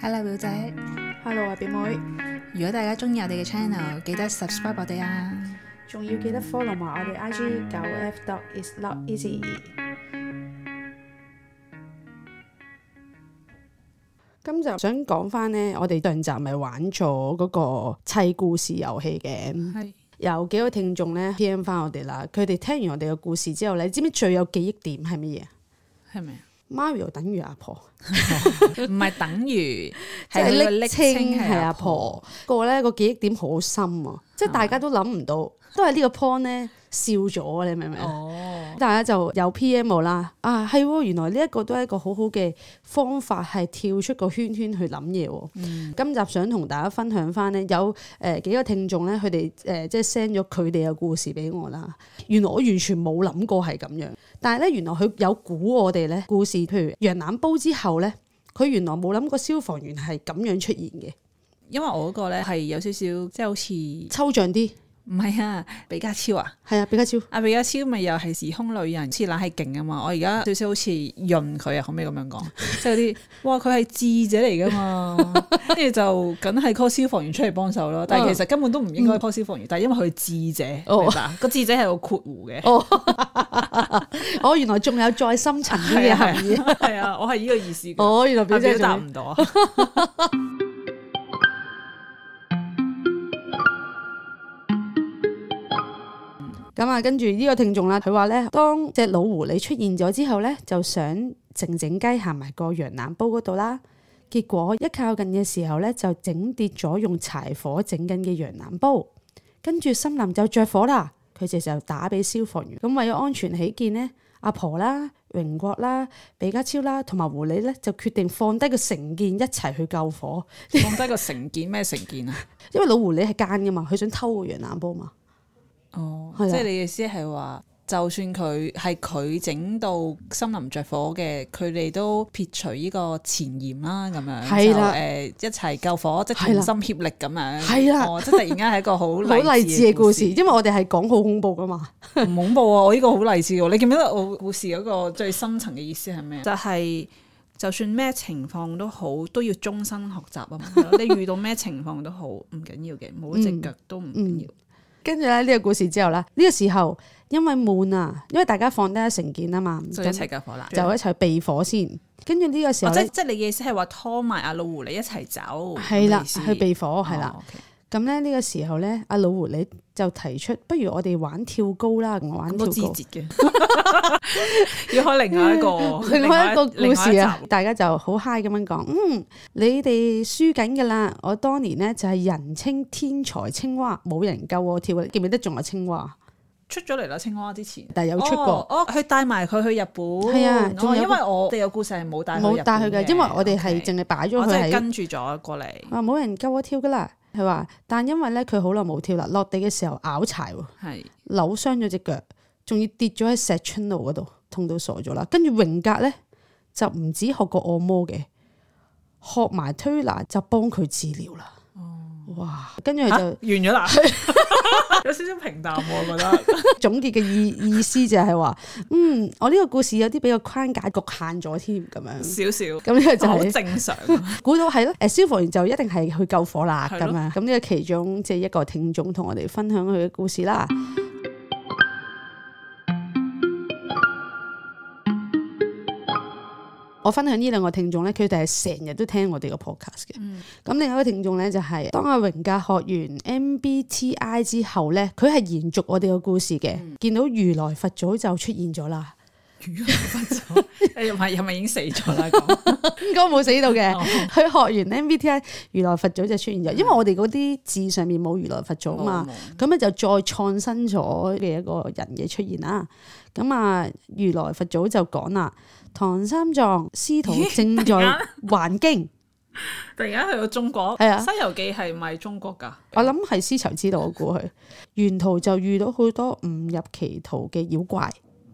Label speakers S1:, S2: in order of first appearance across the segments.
S1: Hello 表姐，
S2: Hello 啊，表妹，
S1: 如果大家中意我哋嘅 channel，記得 subscribe 我哋啊！
S2: 仲要記得 follow 埋我哋 IG 九 F dot is not easy。今集想講翻呢，我哋上集咪玩咗嗰個砌故事遊戲嘅，
S1: 係
S2: 有幾個聽眾呢 PM 翻我哋啦，佢哋聽完我哋嘅故事之後，你知唔知最有記憶點係乜嘢
S1: 係咪啊？
S2: ？Mario 等於阿婆。
S1: 唔係等 於
S2: 即係
S1: 你個
S2: 昵稱係阿婆，個咧個記憶點好深啊！即係大家都諗唔到，都係呢個 point 咧笑咗啊，你明唔明啊？
S1: 哦，
S2: 大家就有 P.M. 我啦，啊係喎，原來呢一個都係一個好好嘅方法，係跳出個圈圈去諗嘢喎。
S1: 嗯
S2: 今集想同大家分享翻呢，有誒、呃、幾個聽眾咧，佢哋誒即係 send 咗佢哋嘅故事俾我啦。原來我完全冇諗過係咁樣，但係咧原來佢有估我哋咧故事，譬如羊腩煲之後咧，佢原來冇諗過消防員係咁樣出現嘅，
S1: 因為我嗰個咧係有少少即係好似
S2: 抽象啲，
S1: 唔係啊，比家超啊，
S2: 係啊，比卡 超。
S1: 阿比家超咪又係時空旅人，似冷氣勁啊嘛！我而家少少好似潤佢啊，可唔可以咁樣講？即係嗰 啲哇，佢係智者嚟噶嘛，跟住就梗係 call 消防員出嚟幫手咯。但係其實根本都唔應該 call 消防員，但係因為佢係智者，
S2: 哦
S1: 明白？啊個智者係個括弧嘅。
S2: 哦， 哦，原來仲有再深層啲嘅含義。
S1: 啊係啊，我係呢個意思嘅。
S2: 哦，原來表
S1: 我
S2: 姐
S1: 表
S2: 仲
S1: 達
S2: 有
S1: 唔到啊！
S2: 咁啊，跟住呢個聽眾啦，佢話咧，當只老狐狸出現咗之後咧，就想靜靜雞行埋個羊腩煲嗰度啦。結果一靠近嘅時候咧，就整跌咗用柴火整緊嘅羊腩煲，跟住森林就着火啦。佢哋就打俾消防員。咁為咗安全起見呢，阿婆啦、榮國啦、比家超啦同埋狐狸咧，就決定放低個成見一齊去救火，
S1: 放低個成見咩成 見啊？
S2: 因為老狐狸係奸噶嘛，佢想偷個羊腩煲嘛。
S1: 哦，
S2: 係啊
S1: 即係你嘅意思係話，就算佢係佢整到森林着火嘅，佢哋都撇除呢個前嫌啦，咁樣
S2: 係啦
S1: 就誒一齊救火，即係
S2: 係啦
S1: 同心協力咁樣，
S2: 係啦
S1: 哦，即係突然間係一個好好
S2: 好勵志嘅故事，因為我哋係講好恐怖噶嘛。
S1: 唔恐怖啊！我呢個好勵志喎，你記唔記得我故事嗰個最深層嘅意思係咩？啊就係、就算咩情況都好，都要終身學習啊嘛！你遇到咩情況都好，唔緊要嘅，冇一隻腳都唔緊要。
S2: 跟住咧呢個故事之後啦，呢、個時候因為悶啊，因為大家放低咗成見啊嘛，
S1: 就
S2: 咁
S1: 一齊救火啦！
S2: 就一齊避火先。跟住呢個時
S1: 哦
S2: 候
S1: 即
S2: 咧，
S1: 即係你嘅意思係話拖埋阿老狐狸一齊走，
S2: 係啦、
S1: 哦咁嘅意思
S2: 去避火係啦。
S1: 哦，OK
S2: 咁咧呢個時候咧，阿老狐狸就提出，不如我哋玩跳高啦，我玩
S1: 咁
S2: 跳
S1: 都枝
S2: 高。
S1: 節嘅， 要開另外一個
S2: 另外一個
S1: 另
S2: 故
S1: 外一
S2: 事啊
S1: 集，
S2: 大家就好 high 咁樣講，嗯，你哋輸緊㗎啦！我當年呢，就係人稱天才青蛙，冇人夠我跳，記唔記得仲有青蛙？
S1: 出咗嚟啦，青蛙之前。
S2: 但係有出過。
S1: 哦，哦佢帶埋佢去日本，
S2: 係啊
S1: 哦
S2: 仲有
S1: 因為我哋有故事係冇帶佢
S2: 冇
S1: 日本
S2: 帶佢嘅，因為我哋係
S1: OK
S2: 淨係擺咗
S1: 我
S2: 佢
S1: 真係
S2: 喺
S1: 跟住咗過嚟，
S2: 話冇人夠我跳噶啦。佢話，但因為咧佢好耐冇跳啦，落地嘅時候拗柴喎，
S1: 係
S2: 扭傷咗只腳，仲要跌咗喺石春路嗰度，痛到傻咗啦。跟住榮格咧就唔止學過按摩嘅，學埋推拿就幫佢治療啦。哇！跟住
S1: 哦嚇
S2: 佢
S1: 完咗 啦，有少少平淡喎，我覺得。
S2: 就總結嘅意意思就係話，嗯，我呢個故事有啲俾個框架局限咗添咁樣。
S1: 少少，
S2: 咁呢個就
S1: 好
S2: 係
S1: 正常。啊
S2: 估到係咯，誒消防員就一定係去救火啦
S1: 係
S2: 咁
S1: 咯
S2: 樣。咁呢個其中即係一個聽眾同我哋分享佢嘅故事啦。我分享呢兩個聽眾咧，佢哋係成日都聽我哋個 podcast 嘅。咁、另一個聽眾咧就係、當阿榮格學完 MBTI 之後咧，佢係延續我哋個故事嘅，見到如來佛祖就出現咗啦。
S1: 係咪係咪已經死咗 啦？哦講
S2: 應該冇死到嘅。 佢學完 MBTI 如來佛祖就出現
S1: 嗯
S2: 咗，因為我哋嗰啲字上面冇如來佛祖
S1: 哦
S2: 啊嘛，咁咧就再創新咗嘅一個人嘅出現啦。咁啊，如來佛祖就講啦，唐三藏師徒正在
S1: 突然
S2: 還經，
S1: 突然間去到中國，
S2: 係啊
S1: 西遊記》係咪中國㗎？
S2: 我諗係絲綢之路，我估佢沿途就遇到好多誤入歧途嘅妖怪。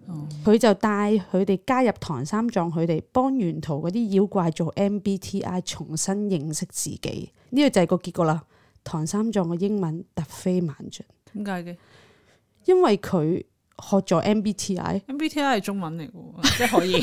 S1: 哦
S2: 佢就帶佢哋加入唐三藏，佢哋幫沿途嗰啲妖怪做 MBTI，重新認識自己。呢個就係個結果啦。唐三藏嘅英文突飛猛進，
S1: 點解嘅？
S2: 因為佢學咗 MBTI，
S1: MBTI 係中文嚟嘅喎，即係可 以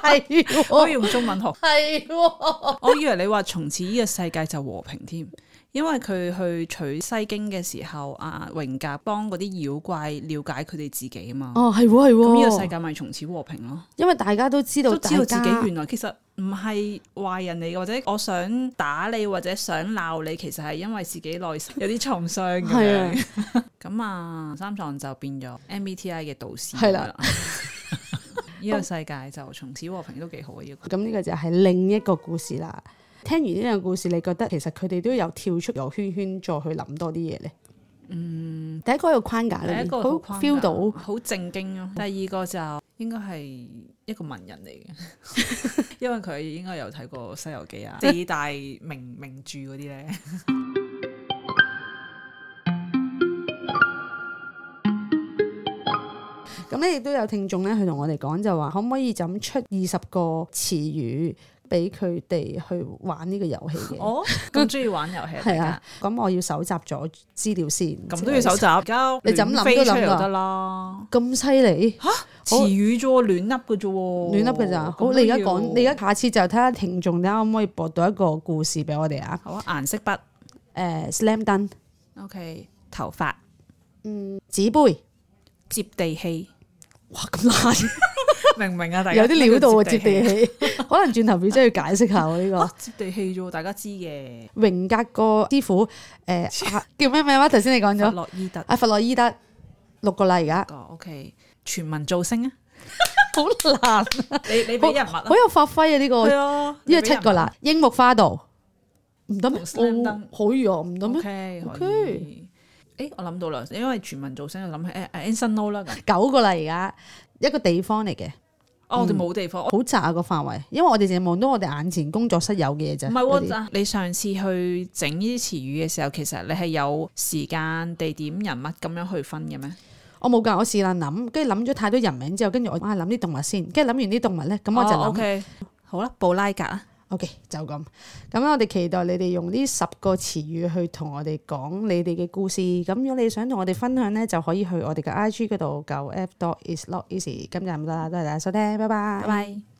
S2: 係
S1: 可以
S2: 喎
S1: 用中文學。
S2: 係喎
S1: 我以為你話從此呢個世界就和平添，因為佢去取西經嘅時候，啊榮格幫嗰啲妖怪了解佢哋自己啊嘛。
S2: 哦係喎係
S1: 咁呢
S2: 喎，
S1: 個世界咪從此和平咯，
S2: 因為大家都知道
S1: 都
S2: 大
S1: 知道
S2: 家，
S1: 自己原來其實唔係壞人嚟嘅，或者我想打你或者想鬧你，其實係因為自己內心有啲創傷咁
S2: 係啊
S1: 樣。咁啊，三藏就變咗 MBTI 嘅導師
S2: 係啦
S1: 咁樣。 呢個世界就從此和平都幾好啊嘅，要
S2: 咁呢個就係另一個故事啦。聽完呢樣故事，你覺得其實佢哋都有跳出由圈圈再去諗多啲嘢咧？嗯，第一個有框架裏
S1: 第一
S2: 面，
S1: 個
S2: 好
S1: 好框架
S2: feel 到嗯
S1: 好正經咯。第二個就應該係一個文人嚟嘅， 因為佢應該有睇過《西遊記》啊，四大名名著嗰啲 咧。
S2: 咁咧亦都有聽眾咧，佢同我哋講就話，可唔可以就咁出二十個詞語俾佢哋去玩呢個遊戲 嘅？
S1: 哦，咁中意玩遊戲
S2: 係啊，，咁我要搜集咗資料先。
S1: 大家咁都要搜集。而家
S2: 你就咁諗都
S1: 亂飛出嚟
S2: 諗㗎
S1: 就得啦，
S2: 咁犀利，
S1: 詞語啫喎，亂噏嘅啫喎，
S2: 亂笠嘅咋？好，
S1: 咁都
S2: 你
S1: 要
S2: 而家講，你而家下次就睇下聽眾，睇下可唔可以播到一個故事俾我哋啊？
S1: 好啊，顏色筆
S2: 誒，slam dunk
S1: ，OK，頭髮
S2: 紙杯，
S1: 接地 氣，
S2: 哇咁難！
S1: 明唔明啊？大家
S2: 有啲料到喎，接
S1: 咩叫
S2: 地氣， 可能轉頭要真係要解釋下喎呢
S1: 哦 接地氣啫喎，大家知嘅。
S2: 個榮格個師傅，誒啊叫咩名話？頭先你講
S1: 弗
S2: 咗，
S1: 洛啊伊特
S2: 阿弗洛伊德六個啦，而家
S1: 個 OK，全民造 星啊！啊
S2: 好難，
S1: 你你俾人物啊
S2: 好，有發揮啊呢個，
S1: 係
S2: 呢
S1: 啊，
S2: 個七個啦，櫻木花道唔得咩？
S1: 同 Slam Dunk
S2: 哦可以啊，唔得
S1: 你
S2: 咩？
S1: 俾人物。O K，可
S2: OK
S1: 以。誒，我諗到啦，因為全民造星，就諗起誒 Anson Lo 啦咁。
S2: 九個啦，而家一個地方嚟嘅，
S1: 哦，我哋冇地方，
S2: 好窄啊個範圍，因為我哋淨係望到我哋眼前工作室有嘅嘢啫。
S1: 唔
S2: 嗰
S1: 係
S2: 啲
S1: 喎，你上次去整呢啲詞語嘅時候，其實你係有時間、地點、人物咁樣去分嘅咩？
S2: 我冇㗎，我是但諗，跟住諗咗太多人名之後，跟住我啊諗啲動物先，跟住諗完啲動物咧，咁我就
S1: 哦
S2: 諗。
S1: OK，好啦，布拉格啊，
S2: OK，就咁。咁我哋期待你哋用呢十個詞語去同我哋講你哋嘅故事。咁如果你想同我哋分享呢，就可以去我哋嘅 IG 嗰度，九 F dot is not easy。今日咁多啦，多謝大家收聽，拜拜
S1: 拜拜。